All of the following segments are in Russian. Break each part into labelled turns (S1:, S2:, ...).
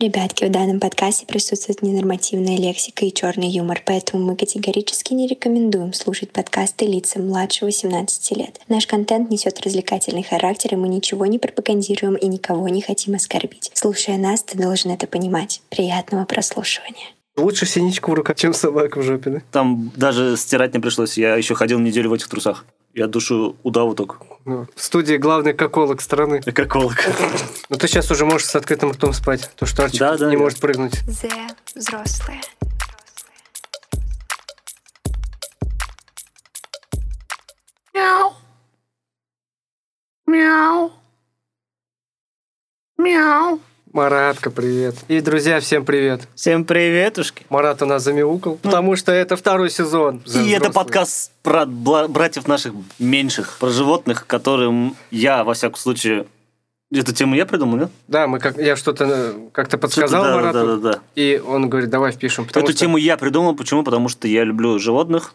S1: Ребятки, в данном подкасте присутствует ненормативная лексика и черный юмор, поэтому мы категорически не рекомендуем слушать подкасты лицам младше 18 лет. Наш контент несет развлекательный характер, и мы ничего не пропагандируем и никого не хотим оскорбить. Слушая нас, ты должен это понимать. Приятного прослушивания.
S2: Лучше синичка в руках, чем собака в жопе, да?
S3: Там даже стирать не пришлось. Я еще ходил неделю в этих трусах. Я душу удаву только.
S2: Ну, в студии главный коколог страны.
S3: Как волк.
S2: Но ты сейчас уже можешь с открытым ртом спать, то что Арчик
S3: Да, да,
S2: не
S3: я-
S2: может прыгнуть.
S1: Зе взрослые.
S4: Meow. Meow. Meow.
S2: Маратка, привет. И, друзья, всем привет.
S3: Всем приветушки.
S2: Марат у нас замяукал, потому что это второй сезон. за
S3: Ну. И это
S2: взрослые.
S3: подкаст про бла- братьев наших меньших, про животных, которым я, во всяком случае... Эту тему я придумал, нет?
S2: Да, мы как, я что-то э, как-то подсказал
S3: да,
S2: Марату,
S3: да, да, да.
S2: и он говорит, давай впишем. потому
S3: Эту
S2: что-
S3: тему я придумал. Почему? Потому что я люблю животных.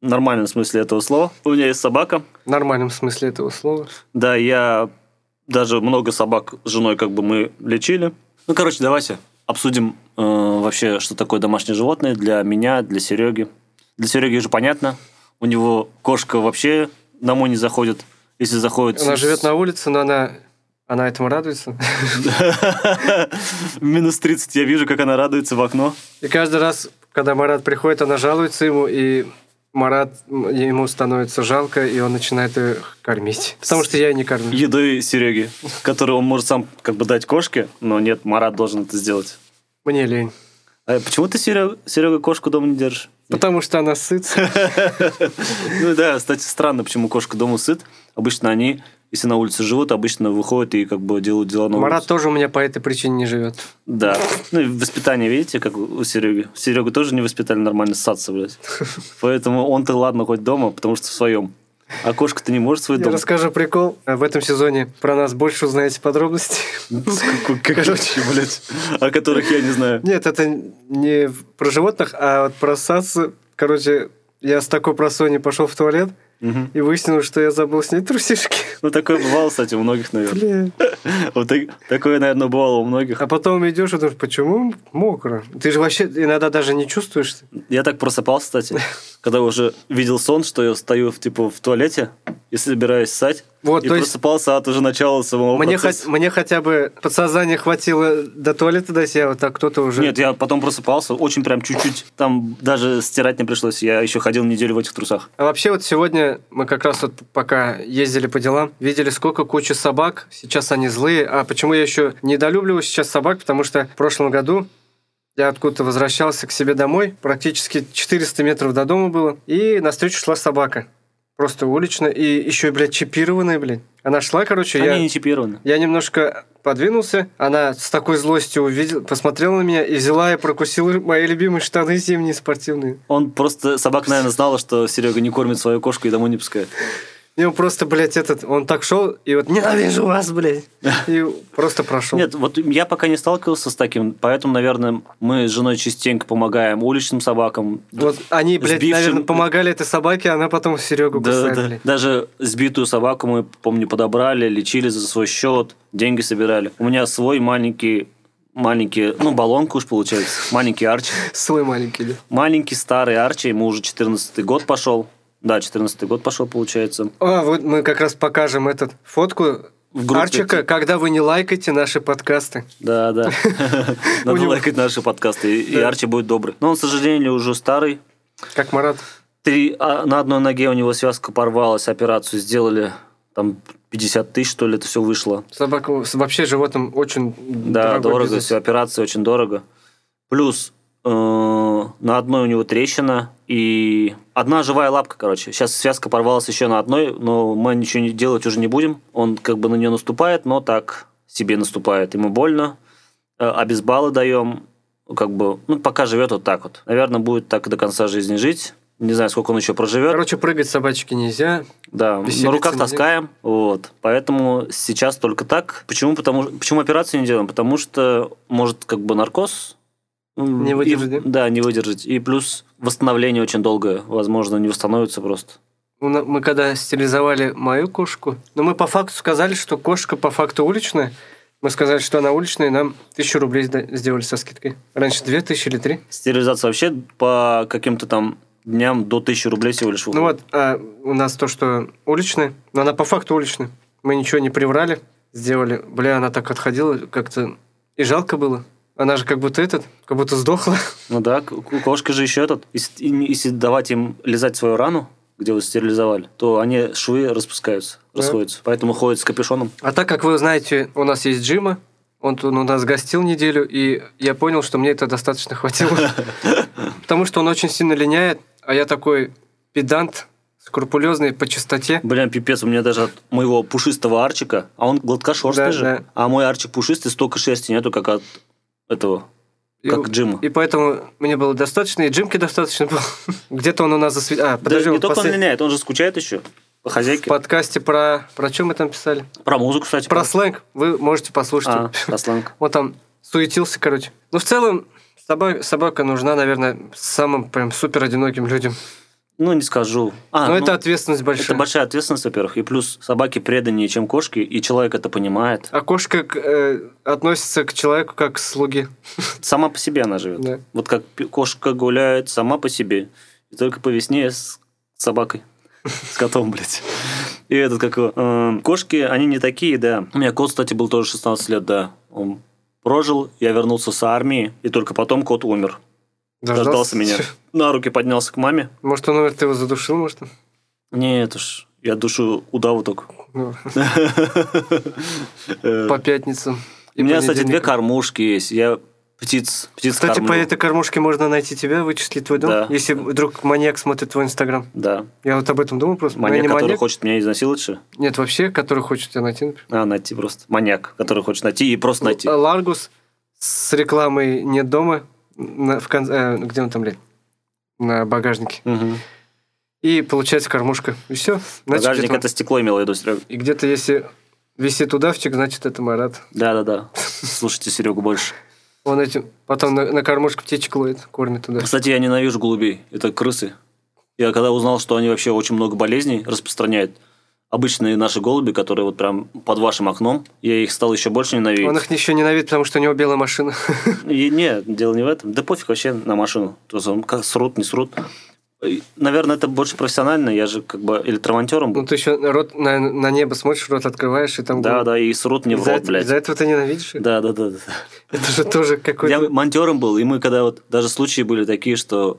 S3: В нормальном смысле этого слова. У меня есть собака.
S2: В нормальном смысле этого слова.
S3: Да, я даже много собак с женой как бы мы лечили. Ну, короче, давайте обсудим э, вообще, что такое домашнее животное для меня, для Сереги. Для Сереги уже понятно. У него кошка вообще домой не заходит. Если заходит...
S2: Она
S3: с-
S2: живет на улице, но она, она этому радуется.
S3: Минус 30. Я вижу, как она радуется в окно.
S2: И каждый раз, когда Марат приходит, она жалуется ему, и Марат м, ему становится жалко, и он начинает ее кормить. Потому что я ее не кормлю.
S3: Едой Сереги, которую он может сам как бы дать кошке, но нет, Марат должен это сделать.
S2: Мне лень.
S3: А почему ты, Серега, Серега кошку дома не держишь?
S2: Потому что она сытся.
S3: Ну да, кстати, странно, почему кошка дома сыт. Обычно они, если на улице живут, обычно выходят и как бы делают дела на
S2: Марат
S3: улице.
S2: тоже у меня по этой причине не живет.
S3: Да. Ну и воспитание, видите, как у Сереги. Серегу тоже не воспитали нормально ссаться, блядь. Поэтому он-то ладно хоть дома, потому что в своем. А кошка-то не может свой
S2: Я
S3: дом.
S2: расскажу прикол. Э, В этом сезоне про нас больше узнаете подробности.
S3: Какой- какой- блядь, о которых я не знаю.
S2: Нет, это не в- про животных, а вот про сассы. Короче, я с такой просони пошел в туалет
S3: Мгм.
S2: и выяснил, что я забыл снять трусишки.
S3: Ну, такое бывало, кстати, у многих, наверное.
S2: Бля.
S3: Вот так- такое, наверное, бывало у многих.
S2: А потом идешь и думаешь, почему мокро? Ты же вообще иногда даже не чувствуешь.
S3: Я так просыпался, кстати, когда уже видел сон, что я стою в, типа в туалете и собираюсь ссать.
S2: Вот,
S3: и
S2: то есть-
S3: просыпался от уже начала самого
S2: Мне,
S3: процесса.
S2: хот- мне хотя бы подсознание хватило до туалета дойти, а вот так кто-то уже...
S3: Нет, я потом просыпался, очень прям чуть-чуть. Там даже стирать не пришлось. Я еще ходил неделю в этих трусах.
S2: А вообще вот сегодня мы как раз вот пока ездили по делам, видели сколько кучи собак, сейчас они злые. А почему я еще недолюбливаю сейчас собак? Потому что в прошлом году я откуда-то возвращался к себе домой, практически 400 метров до дома было, и навстречу шла собака. Просто уличная и еще, блядь, чипированная, блядь. Она шла, короче, я...
S3: Они не чипированы.
S2: Я немножко подвинулся, она с такой злостью увидела, посмотрела на меня и взяла и прокусила мои любимые штаны зимние спортивные.
S3: Он просто... Собака, наверное, знала, что Серега не кормит свою кошку и домой не пускает.
S2: И он просто, блядь, этот, он так шел и вот ненавижу вас, блядь. И просто прошел.
S3: Нет, вот я пока не сталкивался с таким, поэтому, наверное, мы с женой частенько помогаем уличным собакам.
S2: Вот они, блядь,
S3: Сбившим-
S2: наверное, помогали этой собаке, а она потом Серегу
S3: Да,
S2: кусает,
S3: да.
S2: блядь.
S3: Даже сбитую собаку мы, помню, подобрали, лечили за свой счет, деньги собирали. У меня свой маленький, маленький, ну, баллонка уж получается, маленький арчи.
S2: Свой маленький, да.
S3: Маленький старый арчи, ему уже 14 год пошел. Да, 14 год пошел, получается.
S2: А, вот мы как раз покажем этот фотку
S3: В группе.
S2: Арчика, когда вы не лайкаете наши подкасты.
S3: Да, да.
S2: У
S3: Надо
S2: него-
S3: лайкать наши подкасты, и и
S2: Да.
S3: Арчи будет добрый. Но он, к сожалению, уже старый.
S2: Как Марат.
S3: Три, а, на одной ноге у него связка порвалась, операцию сделали, там 50 тысяч, что ли, это все вышло.
S2: Собака с- вообще животным очень
S3: Да,
S2: дорогой
S3: дорого,
S2: бизнес.
S3: все операции очень дорого. Плюс э, на одной у него трещина и одна живая лапка, короче. Сейчас связка порвалась еще на одной, но мы ничего не делать уже не будем. Он как бы на нее наступает, но так себе наступает. Ему больно. Э, обезбалы даем. Как бы, ну, пока живет вот так вот. Наверное, будет так и до конца жизни жить. Не знаю, сколько он еще проживет.
S2: Короче, прыгать собачки нельзя.
S3: Да,
S2: Веселиться
S3: на руках
S2: нельзя.
S3: таскаем, вот. Поэтому сейчас только так. Почему? Потому почему операцию не делаем? Потому что может как бы наркоз м,
S2: Не
S3: и-
S2: выдержит, да?
S3: да, не выдержать. И плюс восстановление очень долгое, возможно, не восстановится просто.
S2: У Ну, на- ну, Мы когда стерилизовали мою кошку, но мы по факту сказали, что кошка по факту уличная, Мы сказали, что она уличная, и нам тысячу рублей сда- сделали со скидкой. Раньше две тысячи или три.
S3: Стерилизация вообще по каким-то там дням до 1000 рублей всего лишь
S2: Ну вот, а у нас то, что уличная, но она по факту уличная. Мы ничего не приврали, сделали. Бля, она так отходила, как-то... И жалко было. Она же как будто этот, как будто сдохла.
S3: Ну да, к- у кошки же еще этот. Если, и не- если давать им лизать свою рану, где вы стерилизовали, то они швы распускаются,
S2: Да.
S3: расходятся. Поэтому ходят с капюшоном.
S2: А так как вы знаете, у нас есть Джима, он тут у нас гостил неделю, и я понял, что мне это достаточно хватило. Потому что он очень сильно линяет, а я такой педант, скрупулезный по чистоте.
S3: Блин, пипец, у меня даже от моего пушистого арчика, а он гладкошерстный
S2: Да,
S3: же,
S2: да.
S3: а мой арчик пушистый, столько шерсти нету, как от этого,
S2: И-
S3: как Джима.
S2: И поэтому мне было достаточно, и Джимки достаточно было. Где-то он у нас засветил. А,
S3: Да
S2: подожди,
S3: не
S2: вот
S3: только он
S2: послед-
S3: линяет, он же скучает еще по
S2: в
S3: хозяйке.
S2: подкасте про... Про что мы там писали?
S3: Про музыку, кстати.
S2: Про сленг. Вы можете послушать.
S3: А, про сленг.
S2: Он там суетился, короче. Ну, в целом, соба- собака нужна, наверное, самым прям супер одиноким людям.
S3: Ну, не скажу. А,
S2: Но
S3: ну,
S2: это ответственность большая.
S3: это большая ответственность, во-первых. И плюс собаки преданнее, чем кошки, и человек это понимает.
S2: А кошка к, э, относится к человеку как к слуге.
S3: Сама по себе она живет.
S2: Да.
S3: Вот как пи- кошка гуляет сама по себе. И только по весне с собакой. С котом, блядь. И этот, как его, эм, Кошки, они не такие, да. У меня кот, кстати, был тоже 16 лет, да. Он прожил, я вернулся с армии, и только потом кот умер. Дождался меня. На руки поднялся к маме.
S2: Может, он умер, ты его задушил, может?
S3: Нет уж, я душу удаву только.
S2: Ну,
S3: Э,
S2: по пятницам. и
S3: У меня, кстати, две
S2: понедельникам.
S3: кормушки есть. Я птиц, птиц
S2: Кстати,
S3: кормлю.
S2: по этой кормушке можно найти тебя, вычислить твой дом,
S3: Да.
S2: если вдруг маньяк смотрит твой инстаграм.
S3: Да.
S2: Я вот об этом думал просто. Но я
S3: Маньяк,
S2: не
S3: который
S2: маньяк.
S3: хочет меня изнасиловать же.
S2: Нет, вообще, который хочет тебя найти. например.
S3: А, найти просто. Маньяк, который хочет найти и просто найти.
S2: Л- Ларгус с рекламой «Нет дома», на- в кон- э, где он там, блядь? На багажнике.
S3: Мгм.
S2: И получается кормушка. И все.
S3: Багажник это стекло имело в виду, Серега.
S2: И где-то если висит удавчик, значит, это Марат.
S3: Да-да-да. Слушайте Серегу больше.
S2: Он этим потом на, на кормушку птичек ловит, кормит туда.
S3: Кстати, я ненавижу голубей. Это крысы. Я когда узнал, что они вообще очень много болезней распространяют, обычные наши голуби, которые вот прям под вашим окном, я их стал еще больше ненавидеть.
S2: Он их еще ненавидит, потому что у него белая машина.
S3: И не, дело не в этом. Да пофиг вообще на машину. То есть он как срут, не срут. И, Наверное, это больше профессионально. Я же как бы электромонтером
S2: Ну,
S3: был.
S2: ты еще рот на, на небо смотришь, рот открываешь, и там...
S3: да, да, и срут мне в
S2: за,
S3: рот, блядь.
S2: за этого ты ненавидишь? их?
S3: Да, да, да, да.
S2: Это же тоже
S3: Я
S2: какой-то...
S3: монтером был, и мы когда вот даже случаи были такие, что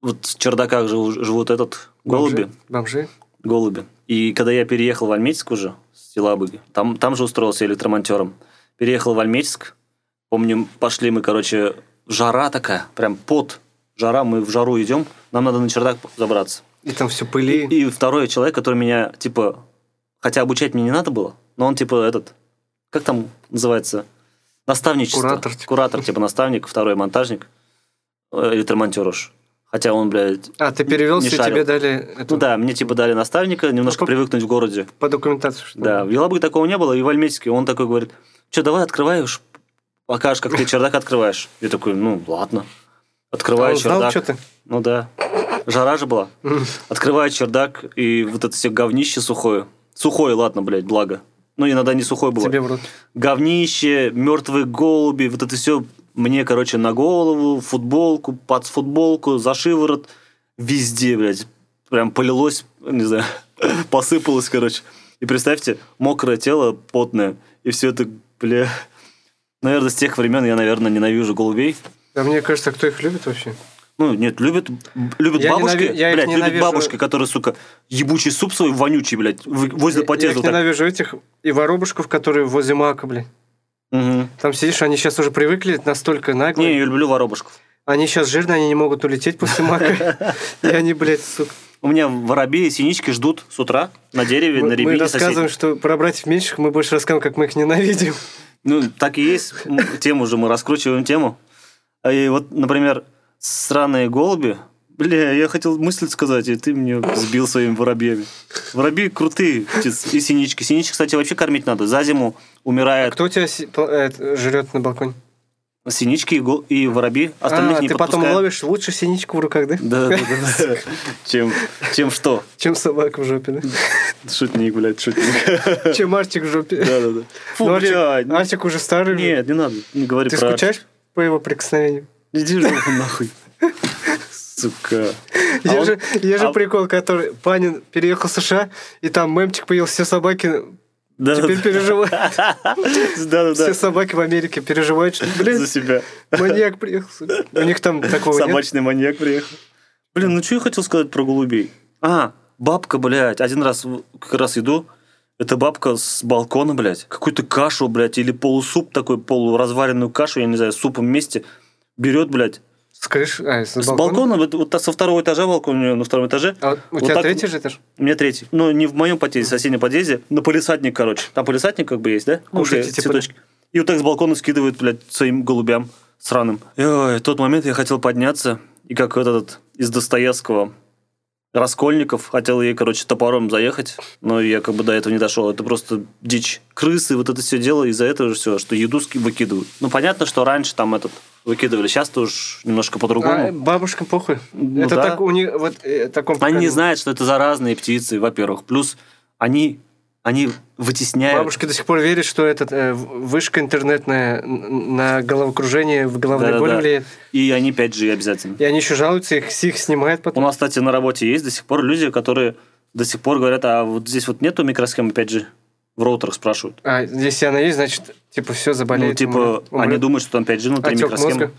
S3: вот в чердаках живу- живут этот голуби,
S2: Бомжи.
S3: голуби. И когда я переехал в Альметьевск уже с Елабуги, там, там же устроился электромонтером. Переехал в Альметьевск, помню, пошли мы, короче, жара такая, прям под жара, мы в жару идем, нам надо на чердак забраться.
S2: И там все пыли.
S3: И второй человек, который меня, типа, хотя обучать мне не надо было, но он, типа, этот, как там называется, наставничество.
S2: Куратор, типа.
S3: Куратор, типа, наставник, второй монтажник, э, электромонтер уж. Хотя он, блядь...
S2: А, ты перевелся,
S3: не
S2: и
S3: шарил.
S2: тебе дали эту,
S3: Ну да, мне, типа, дали наставника, немножко
S2: А по-
S3: привыкнуть в городе.
S2: по документации. что ли?
S3: Да, в Елабуге такого не было, и в Альметьевске он такой говорит, что, давай открывай уж, покажешь, как ты чердак открываешь. Я такой, ну, ладно.
S2: А
S3: Открываю
S2: он знал
S3: чердак.
S2: что-то?
S3: Ну да. Жара же была. Открываю чердак, и вот это все говнище сухое. Сухое, ладно, блядь, благо. Ну, иногда не сухое было.
S2: Тебе в рот.
S3: Говнище, мертвые голуби, вот это все мне, короче, на голову, футболку, под футболку, за шиворот. Везде, блядь, прям полилось, не знаю, посыпалось, короче. И представьте, мокрое тело, потное, и все это, бля... Наверное, с тех времен я, наверное, ненавижу голубей.
S2: Да А мне кажется, кто их любит вообще?
S3: Ну, нет, любят, любят
S2: Я
S3: бабушки,
S2: ненави- я их
S3: блядь, любят
S2: ненавижу.
S3: бабушки, которые, сука, ебучий суп свой вонючий, блядь, вы- возле
S2: Я
S3: потеса.
S2: их
S3: вот так.
S2: ненавижу этих и воробушков, которые возле мака, блин.
S3: Мгм.
S2: Там сидишь, они сейчас уже привыкли, настолько наглые.
S3: Не, я люблю воробушков.
S2: Они сейчас жирные, они не могут улететь после мака. И они, блядь, сука.
S3: У меня воробьи и синички ждут с утра на дереве, на
S2: Мы, мы
S3: рябине
S2: рассказываем,
S3: соседей.
S2: что про братьев меньших мы больше рассказываем, как мы их ненавидим.
S3: Ну, так и есть. М, Тему же мы раскручиваем тему. А И вот, например, сраные голуби. Бля, я хотел мысль сказать, и ты меня сбил своими воробьями. Воробьи крутые птицы. И синички. Синички, кстати, вообще кормить надо. За зиму умирает
S2: Кто тебя си- пла- э, жрет на балконе?
S3: Синички и, гол- и воробьи, остальных
S2: а,
S3: не
S2: ты
S3: подпускаю.
S2: потом ловишь лучше синичку в руках, да?
S3: Да, да, да, да. Чем, чем что?
S2: Чем собаку в жопе,
S3: Шутник, блядь, шутник.
S2: да? Чем Арчик в жопе.
S3: Да, да, да. Фу,
S2: Ну, Арчик,
S3: блядь.
S2: Арчик уже старый. же.
S3: Нет, не надо. Не говори
S2: Ты
S3: про
S2: скучаешь по его прикосновению?
S3: Иди в жопу нахуй. Сука. А
S2: Есть
S3: он-
S2: же, есть
S3: а-
S2: же прикол, который Панин переехал в США, и там мемчик появился, все собаки
S3: Да, да,
S2: теперь
S3: да.
S2: переживают.
S3: Да, да,
S2: Все
S3: да.
S2: собаки в Америке переживают, что,
S3: За
S2: блин,
S3: себя.
S2: маньяк приехал. сука. У них там такого нет.
S3: Собачный маньяк приехал. Блин, ну что я хотел сказать про голубей? А, бабка, блядь, один раз в- как раз иду, эта бабка с балкона, блядь, какую-то кашу, блядь, или полусуп такой, полуразваренную кашу, я не знаю, с супом вместе, берет, блядь,
S2: С крыши, а, с
S3: с балкона, вот, вот со второго этажа, балкон у нее на втором этаже,
S2: А у
S3: Вот
S2: тебя
S3: так-
S2: третий же этаж?
S3: у меня третий, ну, не в моем подъезде, в соседнем подъезде, на полисадник, короче, там полисадник как бы есть, да? Ну,
S2: Кушайте,
S3: где
S2: типа,
S3: цветочки. И вот так с балкона скидывает, блядь, своим голубям сраным. И, ой, в тот момент я хотел подняться, и как вот этот из Достоевского Раскольников хотел ей, короче, топором заехать, но я как бы до этого не дошел. Это просто дичь. Крысы, вот это все дело из-за этого же все, что еду ски- выкидывают. Ну, понятно, что раньше там этот выкидывали, сейчас-то уж
S2: А,
S3: немножко по-другому.
S2: бабушкам похуй.
S3: Ну
S2: это
S3: да.
S2: так у них вот э, таком.
S3: Они не
S2: поколении.
S3: знают, что это заразные птицы, во-первых. Плюс они, они вытесняют...
S2: Бабушки до сих пор верят, что этот э, в- вышка интернетная н- на головокружение, в головной
S3: Да-да-да.
S2: боль влияет.
S3: И они 5G обязательно.
S2: И они еще жалуются, их с их снимают
S3: У
S2: потом.
S3: нас, кстати, на работе есть до сих пор люди, которые до сих пор говорят, а вот здесь вот нету микросхемы 5G? В роутерах спрашивают.
S2: А если она есть, значит, типа все заболеет.
S3: ну, типа,
S2: умрет,
S3: они
S2: умрет.
S3: думают, что там 5G внутри
S2: Отек
S3: микросхемы.
S2: мозга.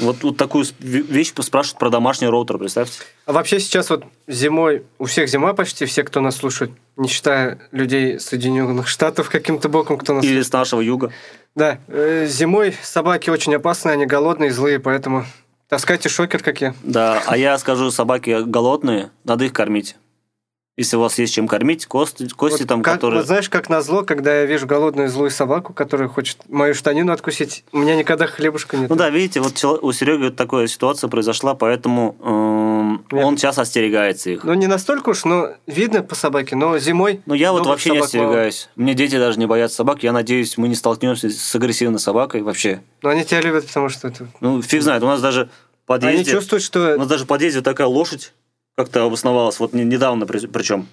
S3: Вот, вот такую с- ве- вещь спрашивают про домашний роутер, представьте.
S2: А вообще сейчас вот зимой, у всех зима почти, все, кто нас слушает, не считая людей Соединенных Штатов каким-то боком, кто нас...
S3: Или с нашего юга.
S2: Да, э, зимой собаки очень опасные, они голодные, злые, поэтому таскайте шокер, как я.
S3: Да, а я скажу, собаки голодные, надо их кормить. Если у вас есть чем кормить, кости, кости
S2: Вот
S3: там,
S2: как-
S3: которые...
S2: вот знаешь, как назло, когда я вижу голодную злую собаку, которая хочет мою штанину откусить, у меня никогда хлебушка нет.
S3: Ну да, видите, вот чело- у Сереги вот такая ситуация произошла, поэтому эм,
S2: Нет.
S3: он сейчас остерегается их.
S2: Ну, не настолько уж, но видно по собаке, но зимой...
S3: Но Ну, я вот
S2: добрых
S3: вообще не
S2: собак мало.
S3: остерегаюсь. Мне дети даже не боятся собак. Я надеюсь, мы не столкнемся с агрессивной собакой вообще.
S2: Но они тебя любят, потому что это...
S3: Ну, фиг знает, у нас даже в
S2: Они
S3: подъезде...
S2: чувствуют,
S3: У нас
S2: что...
S3: даже в подъезде такая лошадь как-то обосновалась. Вот не- недавно причем.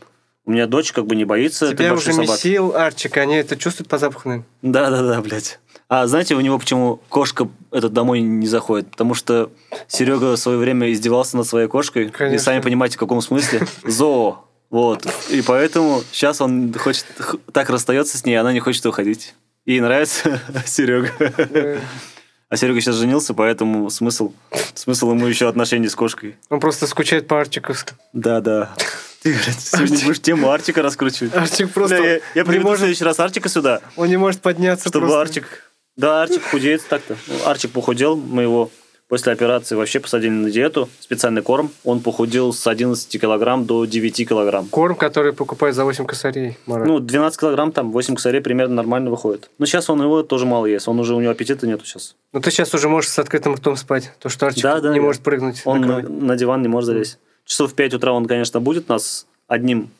S3: У меня дочь как бы не боится этой
S2: Тебя
S3: большой
S2: уже
S3: собаки.
S2: месил Арчик, они это чувствуют по запаху, наверное.
S3: Да, да, да, блядь. А знаете, у него почему кошка этот домой не заходит? Потому что Серега в свое время издевался над своей кошкой. И
S2: Конечно.
S3: сами понимаете, в каком смысле. Зоо. Вот. И поэтому сейчас он хочет х- так расстается с ней, она не хочет уходить. Ей нравится Серега.
S2: Э,
S3: А Серега сейчас женился, поэтому смысл, смысл ему еще отношений с кошкой.
S2: Он просто скучает по Арчику.
S3: Да, да. Ты, блядь, сегодня будешь тему Арчика раскручивать.
S2: Арчик просто
S3: Бля, я, я
S2: не
S3: приведу в
S2: может-
S3: следующий раз Арчика сюда.
S2: Он не может подняться
S3: Чтобы
S2: просто.
S3: Арчик... Да, Арчик худеет так-то. Арчик похудел, мы его после операции вообще посадили на диету, специальный корм. Он похудел с 11 килограмм до 9 килограмм.
S2: Корм, который покупают за 8 косарей. Марат.
S3: Ну, 12 килограмм, там 8 косарей примерно нормально выходит. Но сейчас он его тоже мало ест, он уже, у него аппетита нету сейчас.
S2: Но ты сейчас уже можешь с открытым ртом спать. То, что Арчик
S3: Да, да,
S2: не
S3: я-
S2: может прыгнуть.
S3: Он
S2: на
S3: на,
S2: кровать.
S3: на диван не может залезть. Часов в 5 утра он, конечно, будет нас одним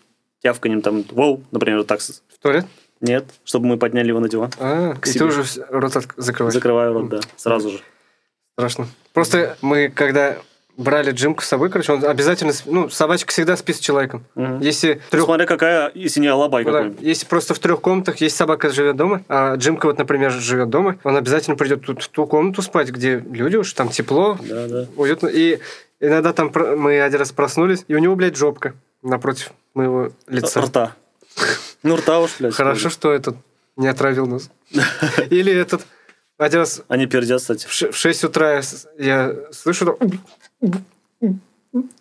S3: тявканем там, воу, например, так. с-
S2: В туалет?
S3: Нет, чтобы мы подняли его на диван.
S2: А,
S3: К
S2: и
S3: себе.
S2: ты уже вс- рот от- закрываешь.
S3: Закрываю рот, да, сразу же.
S2: Страшно. Просто мы, когда брали Джимку с собой, короче, он обязательно... сп- Ну, собачка всегда спит с человеком.
S3: Мгм.
S2: Если
S3: Ты
S2: трех...
S3: Смотри, какая, если не алабай
S2: Да,
S3: какой.
S2: если просто в трех комнатах, если собака живет дома, а Джимка вот, например, живет дома, он обязательно придет тут в ту комнату спать, где люди уж, там тепло,
S3: Да, да.
S2: уютно. И иногда там про- мы один раз проснулись, и у него, блядь, жопка напротив моего лица.
S3: Рта. Ну, рта уж, блядь.
S2: Хорошо,
S3: тоже.
S2: что этот не отравил нас. Или этот... Один раз
S3: Они пердят, кстати.
S2: в ше- в 6 утра я с- я слышу... там,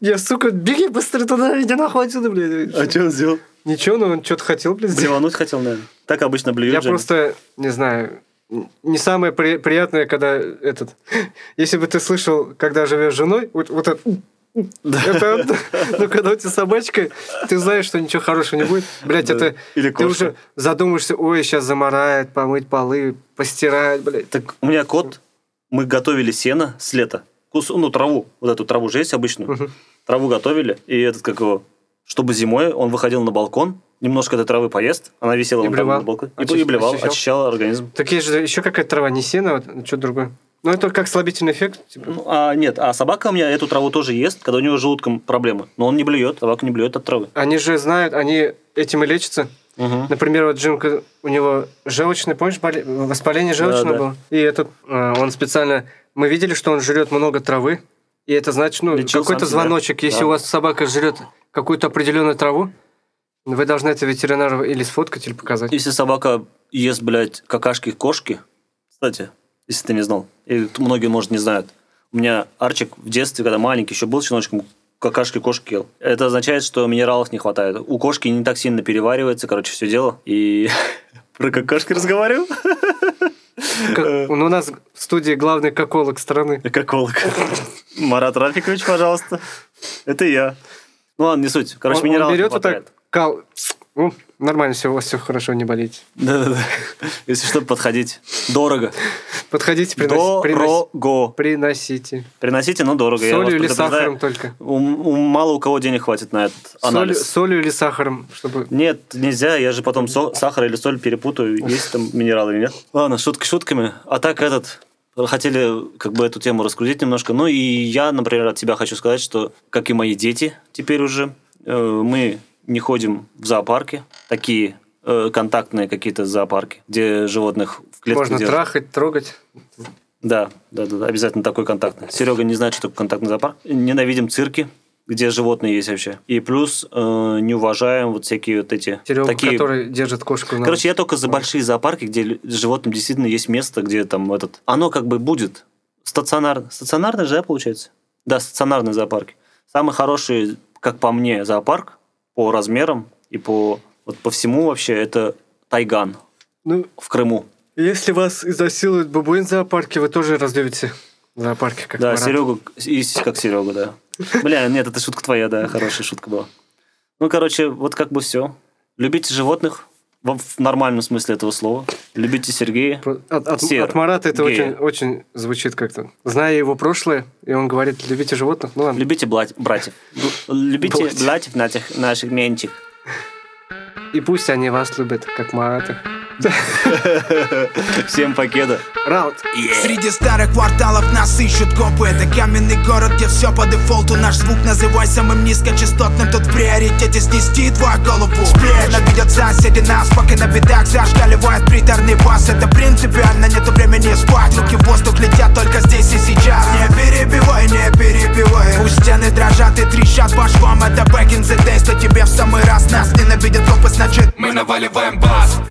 S2: Я, сука, беги быстрее туда, иди нахуй отсюда, блядь.
S3: что А он сделал?
S2: Ничего, но он что-то хотел, блядь, сделать.
S3: Блевануть хотел, наверное. Так обычно блюют.
S2: Я
S3: же.
S2: просто, не знаю, н- не самое при- приятное, когда этот... Если бы ты слышал, когда живешь с женой, вот, вот это... это вот- ну, когда у тебя собачка, ты знаешь, что ничего хорошего не будет. Блять,
S3: Да.
S2: это...
S3: Или
S2: Ты
S3: кошка.
S2: уже задумаешься, ой, сейчас замарает, помыть полы, постирает, блядь.
S3: Так у меня кот, мы готовили сено с лета. Кус, ну, траву. Вот эту траву же есть обычную.
S2: Мгм.
S3: Траву готовили. И этот, как его, чтобы зимой он выходил на балкон, немножко этой травы поест, она висела
S2: И
S3: вон там
S2: блевал.
S3: на балконе. И,
S2: Очищ-
S3: и блевал,
S2: очищал.
S3: очищал организм.
S2: Так есть же еще какая-то трава, не сено, а что-то другое. Ну, это как слабительный эффект. типа.
S3: Ну, а, нет, а собака у меня эту траву тоже ест, когда у него с желудком проблемы. Но он не блюет, собака не блюет от травы.
S2: Они же знают, они этим и лечатся.
S3: Мгм.
S2: Например, вот Джимка, у него желчный, помнишь, боле- воспаление желчного
S3: Да, да.
S2: было? И этот, э, он специально... Мы видели, что он жрет много травы, и это значит, ну,
S3: Лечил
S2: какой-то
S3: сам себя.
S2: звоночек. Если
S3: Да.
S2: у вас собака жрет какую-то определенную траву, вы должны это ветеринару или сфоткать, или показать.
S3: Если собака ест, блядь, какашки кошки, кстати, если ты не знал, и т- многие, может, не знают, у меня Арчик в детстве, когда маленький еще был щеночком, какашки кошки ел. Это означает, что минералов не хватает. У кошки не так сильно переваривается, короче, все дело. И про какашки разговариваю.
S2: Как- ну, у нас в студии главный коколог страны.
S3: Каколог. Марат Рафикович, пожалуйста. Это я. Ну ладно, не суть. Короче,
S2: Он- он,
S3: минералов не
S2: берет вот
S3: хватает.
S2: так, кал... Ну, нормально все, у вас все хорошо, не болейте.
S3: Да-да-да. Если что, подходить. Дорого.
S2: Подходите, принос- принос-
S3: Дорого.
S2: приносите.
S3: Приносите, но дорого. Я вас
S2: Солью или
S3: предупреждаю.
S2: сахаром только?
S3: У, у- мало у кого денег хватит на этот
S2: Солью,
S3: анализ.
S2: солью или сахаром, чтобы...
S3: Нет, нельзя, я же потом со- сахар или соль перепутаю, есть там минералы или нет. Ладно, шутки шутками. А так этот, хотели как бы эту тему раскрутить немножко. Ну и я, например, от тебя хочу сказать, что, как и мои дети теперь уже, э, мы не ходим в зоопарки, такие э, контактные какие-то зоопарки, где животных в клетках
S2: Можно
S3: держат.
S2: трахать, трогать.
S3: Да, да, да, да, обязательно такой контактный. Серега не знает, что такое контактный зоопарк. Ненавидим цирки, где животные есть вообще. И плюс э, не уважаем вот всякие вот эти
S2: Серега,
S3: такие.
S2: который держит кошку на
S3: Короче, я только за большие зоопарки, где лю- животным действительно есть место, где там этот. Оно как бы будет стационарно. Стационарный же, да, получается? Да, стационарные зоопарки. Самый хороший, как по мне, зоопарк по размерам и по вот по всему вообще это Тайган
S2: Ну,
S3: в Крыму.
S2: если вас изнасилуют бабуин в зоопарке, вы тоже разлюбите зоопарки, как
S3: Да,
S2: Марат.
S3: Серегу, и с- как Серегу, да. Бля, нет, это шутка твоя, да, хорошая шутка была. Ну, короче, вот как бы все. Любите животных во- в нормальном смысле этого слова. Любите Сергея.
S2: Про- От, от-
S3: Сер.
S2: от Марата это
S3: Гея.
S2: очень, очень звучит как-то. Зная его прошлое, и он говорит, любите животных, ну ладно.
S3: Любите блать- братьев. Б- Любите
S2: Блать.
S3: братьев наших, наших менчик.
S2: И пусть они вас любят, как Марата.
S3: Всем покеда.
S2: Раунд.
S5: Среди старых кварталов нас ищут копы Это каменный город, где все по дефолту Наш звук называй самым низкочастотным Тут в приоритете снести твою голову Сплеш Ненавидят соседи нас, пока на видах Зашкаливает приторный бас Это принципиально, нету времени спать Руки в воздух летят только здесь и сейчас Не перебивай, не перебивай Пусть стены дрожат и трещат по швам Это back in the days, но тебе в самый раз Нас ненавидят копы, значит мы наваливаем бас